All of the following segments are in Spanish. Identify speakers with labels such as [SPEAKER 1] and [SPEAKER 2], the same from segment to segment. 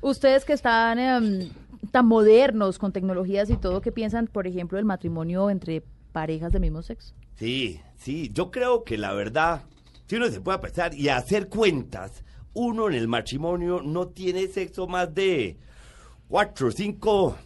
[SPEAKER 1] Ustedes que están em, tan modernos con tecnologías y todo, ¿qué piensan, por ejemplo, del matrimonio entre parejas del mismo sexo?
[SPEAKER 2] Sí, sí, yo creo que la verdad, si uno se puede pensar y hacer cuentas, uno en el matrimonio no tiene sexo más de cuatro o cinco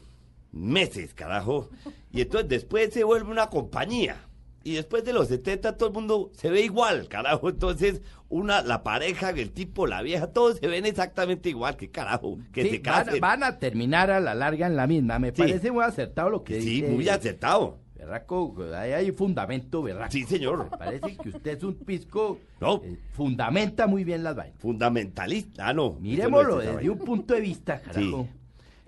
[SPEAKER 2] meses, carajo. Y entonces después se vuelve una compañía. Y después de los 70 todo el mundo se ve igual, carajo. Entonces, una, la pareja, el tipo, la vieja, todos se ven exactamente igual, que carajo, que
[SPEAKER 3] Sí,
[SPEAKER 2] se
[SPEAKER 3] van,
[SPEAKER 2] casen.
[SPEAKER 3] van a terminar a la larga en la misma. Me
[SPEAKER 2] Sí.
[SPEAKER 3] parece muy acertado lo que
[SPEAKER 2] sí,
[SPEAKER 3] dice.
[SPEAKER 2] muy acertado.
[SPEAKER 3] Berraco, ahí hay fundamento, berraco.
[SPEAKER 2] Sí, señor.
[SPEAKER 3] Parece que usted es un pisco.
[SPEAKER 2] No.
[SPEAKER 3] eh, fundamenta muy bien las vainas.
[SPEAKER 2] Fundamentalista, ah, no. eso no es esa
[SPEAKER 3] Miremoslo desde
[SPEAKER 2] vaina.
[SPEAKER 3] un punto de vista, carajo.
[SPEAKER 2] Es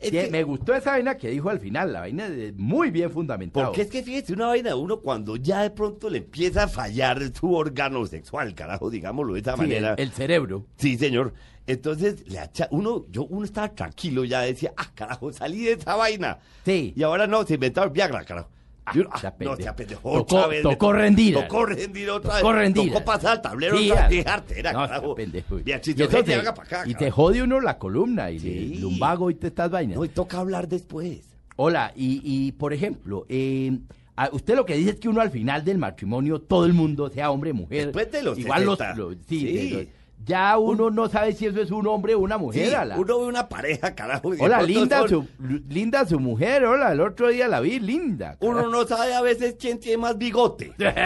[SPEAKER 3] Sí,
[SPEAKER 2] que-
[SPEAKER 3] Me gustó esa vaina que dijo al final, la vaina de muy bien fundamentada.
[SPEAKER 2] Porque es que fíjese, una vaina de uno cuando ya de pronto le empieza a fallar su órgano sexual, carajo, digámoslo de esa
[SPEAKER 3] Sí, el,
[SPEAKER 2] manera.
[SPEAKER 3] el cerebro.
[SPEAKER 2] Sí, señor. Entonces, le acha- uno, yo, uno estaba tranquilo, ya decía, ah, carajo, salí de esa vaina.
[SPEAKER 3] Sí.
[SPEAKER 2] Y ahora no, se inventaron Viagra, carajo.
[SPEAKER 3] Ah,
[SPEAKER 2] Y uno,
[SPEAKER 3] se
[SPEAKER 2] no,
[SPEAKER 3] apende-
[SPEAKER 2] se apendejó
[SPEAKER 3] tocó-
[SPEAKER 2] otra vez. me
[SPEAKER 3] tocó
[SPEAKER 2] to-
[SPEAKER 3] rendir.
[SPEAKER 2] Tocó rendir otra
[SPEAKER 3] Tocó
[SPEAKER 2] vez.
[SPEAKER 3] rendir.
[SPEAKER 2] Tocó pasar al tablero
[SPEAKER 3] Sí,
[SPEAKER 2] otra
[SPEAKER 3] ya.
[SPEAKER 2] vez. Qué jartera,
[SPEAKER 3] No,
[SPEAKER 2] carajo.
[SPEAKER 3] está pendejo.
[SPEAKER 2] Y así,
[SPEAKER 3] Y entonces,
[SPEAKER 2] gente, venga para acá,
[SPEAKER 3] y te
[SPEAKER 2] carajo.
[SPEAKER 3] jode uno la columna y
[SPEAKER 2] Sí.
[SPEAKER 3] el lumbago y todas estas vainas.
[SPEAKER 2] No, y toca hablar después.
[SPEAKER 3] Hola, y, y, por ejemplo, eh, a- usted lo que dice es que uno al final del matrimonio, todo el mundo, sea hombre, mujer,
[SPEAKER 2] Después de los
[SPEAKER 3] igual los,
[SPEAKER 2] 60.
[SPEAKER 3] los- sí,
[SPEAKER 2] Sí.
[SPEAKER 3] de los- ya uno no sabe si eso es un hombre o una mujer.
[SPEAKER 2] Sí,
[SPEAKER 3] a la-
[SPEAKER 2] uno ve una pareja, carajo. y de
[SPEAKER 3] hola,
[SPEAKER 2] pronto
[SPEAKER 3] linda
[SPEAKER 2] son-
[SPEAKER 3] su, linda su mujer, hola, el otro día la vi, linda.
[SPEAKER 2] Uno no sabe a veces quién tiene más bigote. Pendejo.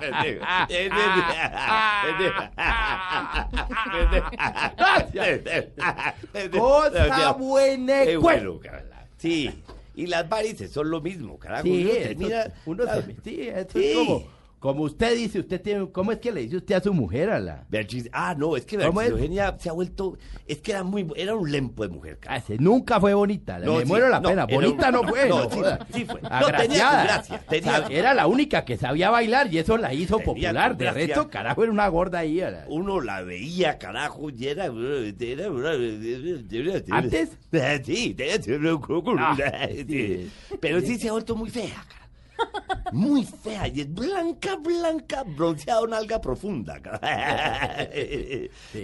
[SPEAKER 2] Pendejo. Pendejo. Pendejo.
[SPEAKER 3] Cosa buena,
[SPEAKER 2] Qué
[SPEAKER 3] cuero.
[SPEAKER 2] bueno, carajo. Sí. Y las varices son lo mismo, carajo.
[SPEAKER 3] Sí,
[SPEAKER 2] uno
[SPEAKER 3] eso-
[SPEAKER 2] termina-
[SPEAKER 3] uno
[SPEAKER 2] la-
[SPEAKER 3] se- sí, eso
[SPEAKER 2] Sí.
[SPEAKER 3] es como, como usted dice, usted tiene, ¿cómo es que le dice usted a su mujer a la?
[SPEAKER 2] Beatriz- ah, no, es que
[SPEAKER 3] ¿Cómo
[SPEAKER 2] Beatriz
[SPEAKER 3] es?
[SPEAKER 2] Eugenia se ha vuelto, es que era muy, era un lempo de mujer, carajo.
[SPEAKER 3] Ah, ese nunca fue bonita.
[SPEAKER 2] No,
[SPEAKER 3] me
[SPEAKER 2] sí,
[SPEAKER 3] muero la
[SPEAKER 2] no,
[SPEAKER 3] pena.
[SPEAKER 2] era
[SPEAKER 3] Bonita
[SPEAKER 2] un-
[SPEAKER 3] no fue.
[SPEAKER 2] no,
[SPEAKER 3] no
[SPEAKER 2] sí,
[SPEAKER 3] joda.
[SPEAKER 2] sí fue. No, tenía su
[SPEAKER 3] Agraciada.
[SPEAKER 2] gracia, tenía
[SPEAKER 3] Sab-
[SPEAKER 2] su-
[SPEAKER 3] Era la única que sabía bailar y eso la hizo
[SPEAKER 2] Tenía su
[SPEAKER 3] popular. De
[SPEAKER 2] gracia.
[SPEAKER 3] resto, carajo, era una gorda ahí. era-
[SPEAKER 2] Uno la veía, carajo, y era...
[SPEAKER 3] ¿Antes?
[SPEAKER 2] Ah, Sí, tenía-
[SPEAKER 3] Ah,
[SPEAKER 2] Sí. pero sí se ha vuelto muy fea, carajo. Muy fea, y es blanca, blanca, bronceada, una alga profunda. carajo.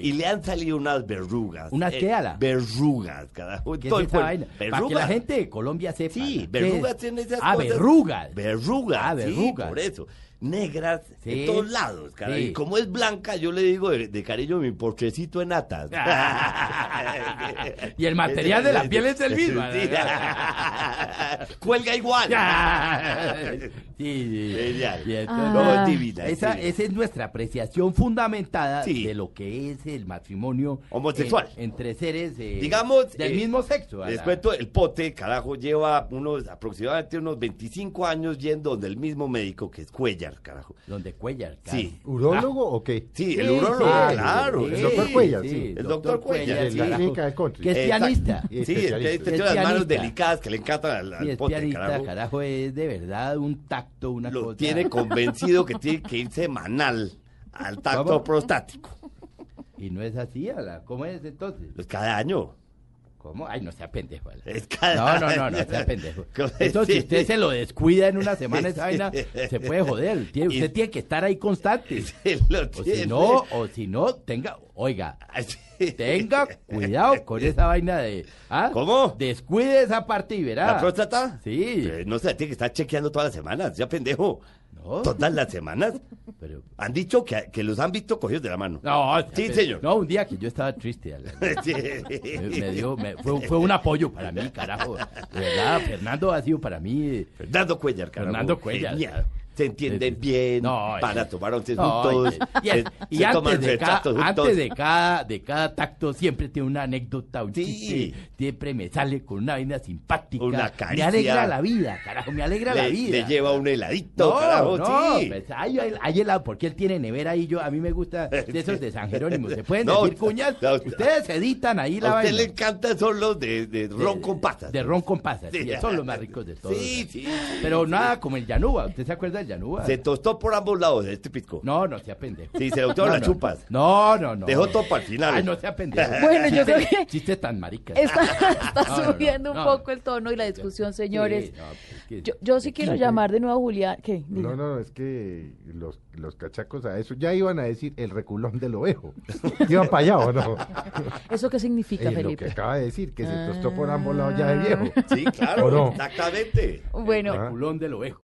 [SPEAKER 2] Y le han salido unas verrugas. Eh,
[SPEAKER 3] ¿Unas qué, ala?
[SPEAKER 2] Verrugas, carajo. en
[SPEAKER 3] ¿Qué es
[SPEAKER 2] todo el
[SPEAKER 3] esa
[SPEAKER 2] cuerpo.
[SPEAKER 3] vaina? Para que la
[SPEAKER 2] Verrugas.
[SPEAKER 3] gente de Colombia sepa.
[SPEAKER 2] Sí,
[SPEAKER 3] ¿no?
[SPEAKER 2] verrugas
[SPEAKER 3] ¿Qué?
[SPEAKER 2] tienen esas
[SPEAKER 3] Ah,
[SPEAKER 2] cosas.
[SPEAKER 3] verrugas.
[SPEAKER 2] Verrugas.
[SPEAKER 3] Ah,
[SPEAKER 2] Sí,
[SPEAKER 3] verrugas.
[SPEAKER 2] por eso. Negras
[SPEAKER 3] Sí.
[SPEAKER 2] de todos lados, cara.
[SPEAKER 3] Sí.
[SPEAKER 2] Y como es blanca, yo le digo de, de cariño mi porchecito en atas.
[SPEAKER 3] Ah. Y el material de la piel es el mismo.
[SPEAKER 2] Sí. Cuelga igual.
[SPEAKER 3] sí, sí.
[SPEAKER 2] Genial.
[SPEAKER 3] Y entonces-
[SPEAKER 2] No, es divina. es
[SPEAKER 3] Esa,
[SPEAKER 2] divina.
[SPEAKER 3] esa es nuestra apreciación fundamentada
[SPEAKER 2] Sí.
[SPEAKER 3] de lo que es el matrimonio
[SPEAKER 2] Homosexual.
[SPEAKER 3] en- entre seres eh,
[SPEAKER 2] Digamos,
[SPEAKER 3] del
[SPEAKER 2] eh,
[SPEAKER 3] mismo sexo. a
[SPEAKER 2] Les
[SPEAKER 3] la-
[SPEAKER 2] cuento, el pote, carajo, lleva unos aproximadamente unos 25 años yendo donde el mismo médico que es Cuellar, carajo.
[SPEAKER 3] Donde Cuellar.
[SPEAKER 2] Sí.
[SPEAKER 4] ¿Urólogo o qué?
[SPEAKER 2] Sí, el urólogo,
[SPEAKER 4] sí,
[SPEAKER 2] claro.
[SPEAKER 4] sí, El doctor Cuellar, sí.
[SPEAKER 2] El doctor Cuellar,
[SPEAKER 4] sí. La clínica del country.
[SPEAKER 3] Que es
[SPEAKER 2] Exacto.
[SPEAKER 3] pianista. eh,
[SPEAKER 4] Y
[SPEAKER 2] Sí, este,
[SPEAKER 4] especialista.
[SPEAKER 2] este tiene las
[SPEAKER 3] Especialista.
[SPEAKER 2] manos delicadas que le encantan al, al
[SPEAKER 3] Sí, es
[SPEAKER 2] pote,
[SPEAKER 3] pianista,
[SPEAKER 2] carajo.
[SPEAKER 3] carajo. es de verdad un tacto, una
[SPEAKER 2] Lo
[SPEAKER 3] cosa.
[SPEAKER 2] tiene convencido que tiene que ir semanal al tacto
[SPEAKER 3] ¿Cómo?
[SPEAKER 2] prostático.
[SPEAKER 3] Y no es así, ala. ¿Cómo es entonces?
[SPEAKER 2] Pues cada año.
[SPEAKER 3] ¿Cómo? Ay, no sea pendejo. ala.
[SPEAKER 2] Es
[SPEAKER 3] No,
[SPEAKER 2] cada-
[SPEAKER 3] no, no, no sea pendejo.
[SPEAKER 2] ¿Cómo
[SPEAKER 3] Eso
[SPEAKER 2] es?
[SPEAKER 3] si usted se lo descuida en una semana esa vaina, se puede joder. Tiene- usted
[SPEAKER 2] Y-
[SPEAKER 3] tiene que estar ahí constante.
[SPEAKER 2] Se lo
[SPEAKER 3] O
[SPEAKER 2] tiene.
[SPEAKER 3] si no, o si no, tenga, oiga,
[SPEAKER 2] Así.
[SPEAKER 3] tenga cuidado con esa vaina de. ¿ah?
[SPEAKER 2] ¿Cómo?
[SPEAKER 3] Descuide esa parte y verá.
[SPEAKER 2] ¿La próstata?
[SPEAKER 3] Sí.
[SPEAKER 2] Pero no se la tiene que estar chequeando todas las semanas, ya pendejo.
[SPEAKER 3] No.
[SPEAKER 2] Todas las semanas.
[SPEAKER 3] Pero-
[SPEAKER 2] Han dicho que, que los han visto cogidos de la mano.
[SPEAKER 3] No,
[SPEAKER 2] Sí,
[SPEAKER 3] pero-
[SPEAKER 2] señor.
[SPEAKER 3] No, un día que yo estaba triste. Alan.
[SPEAKER 2] Sí.
[SPEAKER 3] Me, me dio, me- fue, fue un apoyo para mí, carajo. De verdad, Fernando ha sido para mí. eh,
[SPEAKER 2] Fernando Cuellar, carajo.
[SPEAKER 3] Fernando Cuellar.
[SPEAKER 2] Genial. se entienden bien,
[SPEAKER 3] No, es-
[SPEAKER 2] van a tomar once
[SPEAKER 3] No,
[SPEAKER 2] juntos,
[SPEAKER 3] y- y-
[SPEAKER 2] se-
[SPEAKER 3] y
[SPEAKER 2] eh, se
[SPEAKER 3] antes,
[SPEAKER 2] toman
[SPEAKER 3] de
[SPEAKER 2] retratos
[SPEAKER 3] cada,
[SPEAKER 2] juntos.
[SPEAKER 3] antes de cada de cada tacto siempre tiene una anécdota, un
[SPEAKER 2] Sí.
[SPEAKER 3] chiste, siempre me sale con una vaina simpática.
[SPEAKER 2] Una
[SPEAKER 3] me
[SPEAKER 2] caricia.
[SPEAKER 3] alegra la vida, carajo, me alegra la
[SPEAKER 2] le,
[SPEAKER 3] vida.
[SPEAKER 2] le lleva un heladito,
[SPEAKER 3] no,
[SPEAKER 2] carajo,
[SPEAKER 3] no,
[SPEAKER 2] sí.
[SPEAKER 3] pues, hay, hay- hay helado, porque él tiene nevera y yo, a mí me gusta de esos de San Jerónimo. ¿Se pueden
[SPEAKER 2] No,
[SPEAKER 3] decir cuñas?
[SPEAKER 2] no, no.
[SPEAKER 3] Ustedes editan ahí la
[SPEAKER 2] a usted
[SPEAKER 3] vaina.
[SPEAKER 2] le encantan son los de, de
[SPEAKER 3] De-
[SPEAKER 2] ron con patas.
[SPEAKER 3] De ron con pasas, sí,
[SPEAKER 2] Sí.
[SPEAKER 3] son los más ricos de todos.
[SPEAKER 2] Sí, sí, sí,
[SPEAKER 3] Pero nada como el Yanuba, ¿usted se acuerda del Yanuba?
[SPEAKER 2] Se tostó por ambos lados este pisco.
[SPEAKER 3] No, no sea pendejo.
[SPEAKER 2] Sí, se lo toman
[SPEAKER 3] No,
[SPEAKER 2] las
[SPEAKER 3] no.
[SPEAKER 2] chupas.
[SPEAKER 3] No, no, no.
[SPEAKER 2] Dejó todo para el final.
[SPEAKER 3] Ay, Ah, no sea pendejo.
[SPEAKER 1] Bueno, yo creo
[SPEAKER 3] Chiste-
[SPEAKER 1] que-
[SPEAKER 3] Chiste tan marica.
[SPEAKER 1] Está, está
[SPEAKER 3] No, no, no,
[SPEAKER 1] subiendo
[SPEAKER 3] no.
[SPEAKER 1] un poco el tono y la discusión, señores.
[SPEAKER 3] Sí, no, pues, es que-
[SPEAKER 1] Yo, yo sí quiero llamar de nuevo a Julián. ¿Qué?
[SPEAKER 4] No, no, es que los, los cachacos a eso ya iban a decir el reculón del ovejo. Iban para allá o no.
[SPEAKER 1] ¿Eso qué significa,
[SPEAKER 4] Eh, lo que
[SPEAKER 1] Felipe?
[SPEAKER 4] acaba de decir, que se tostó por ambos lados ya de viejo.
[SPEAKER 2] Sí, claro,
[SPEAKER 4] ¿O no?
[SPEAKER 2] exactamente.
[SPEAKER 1] Bueno,
[SPEAKER 3] El culón del ovejo.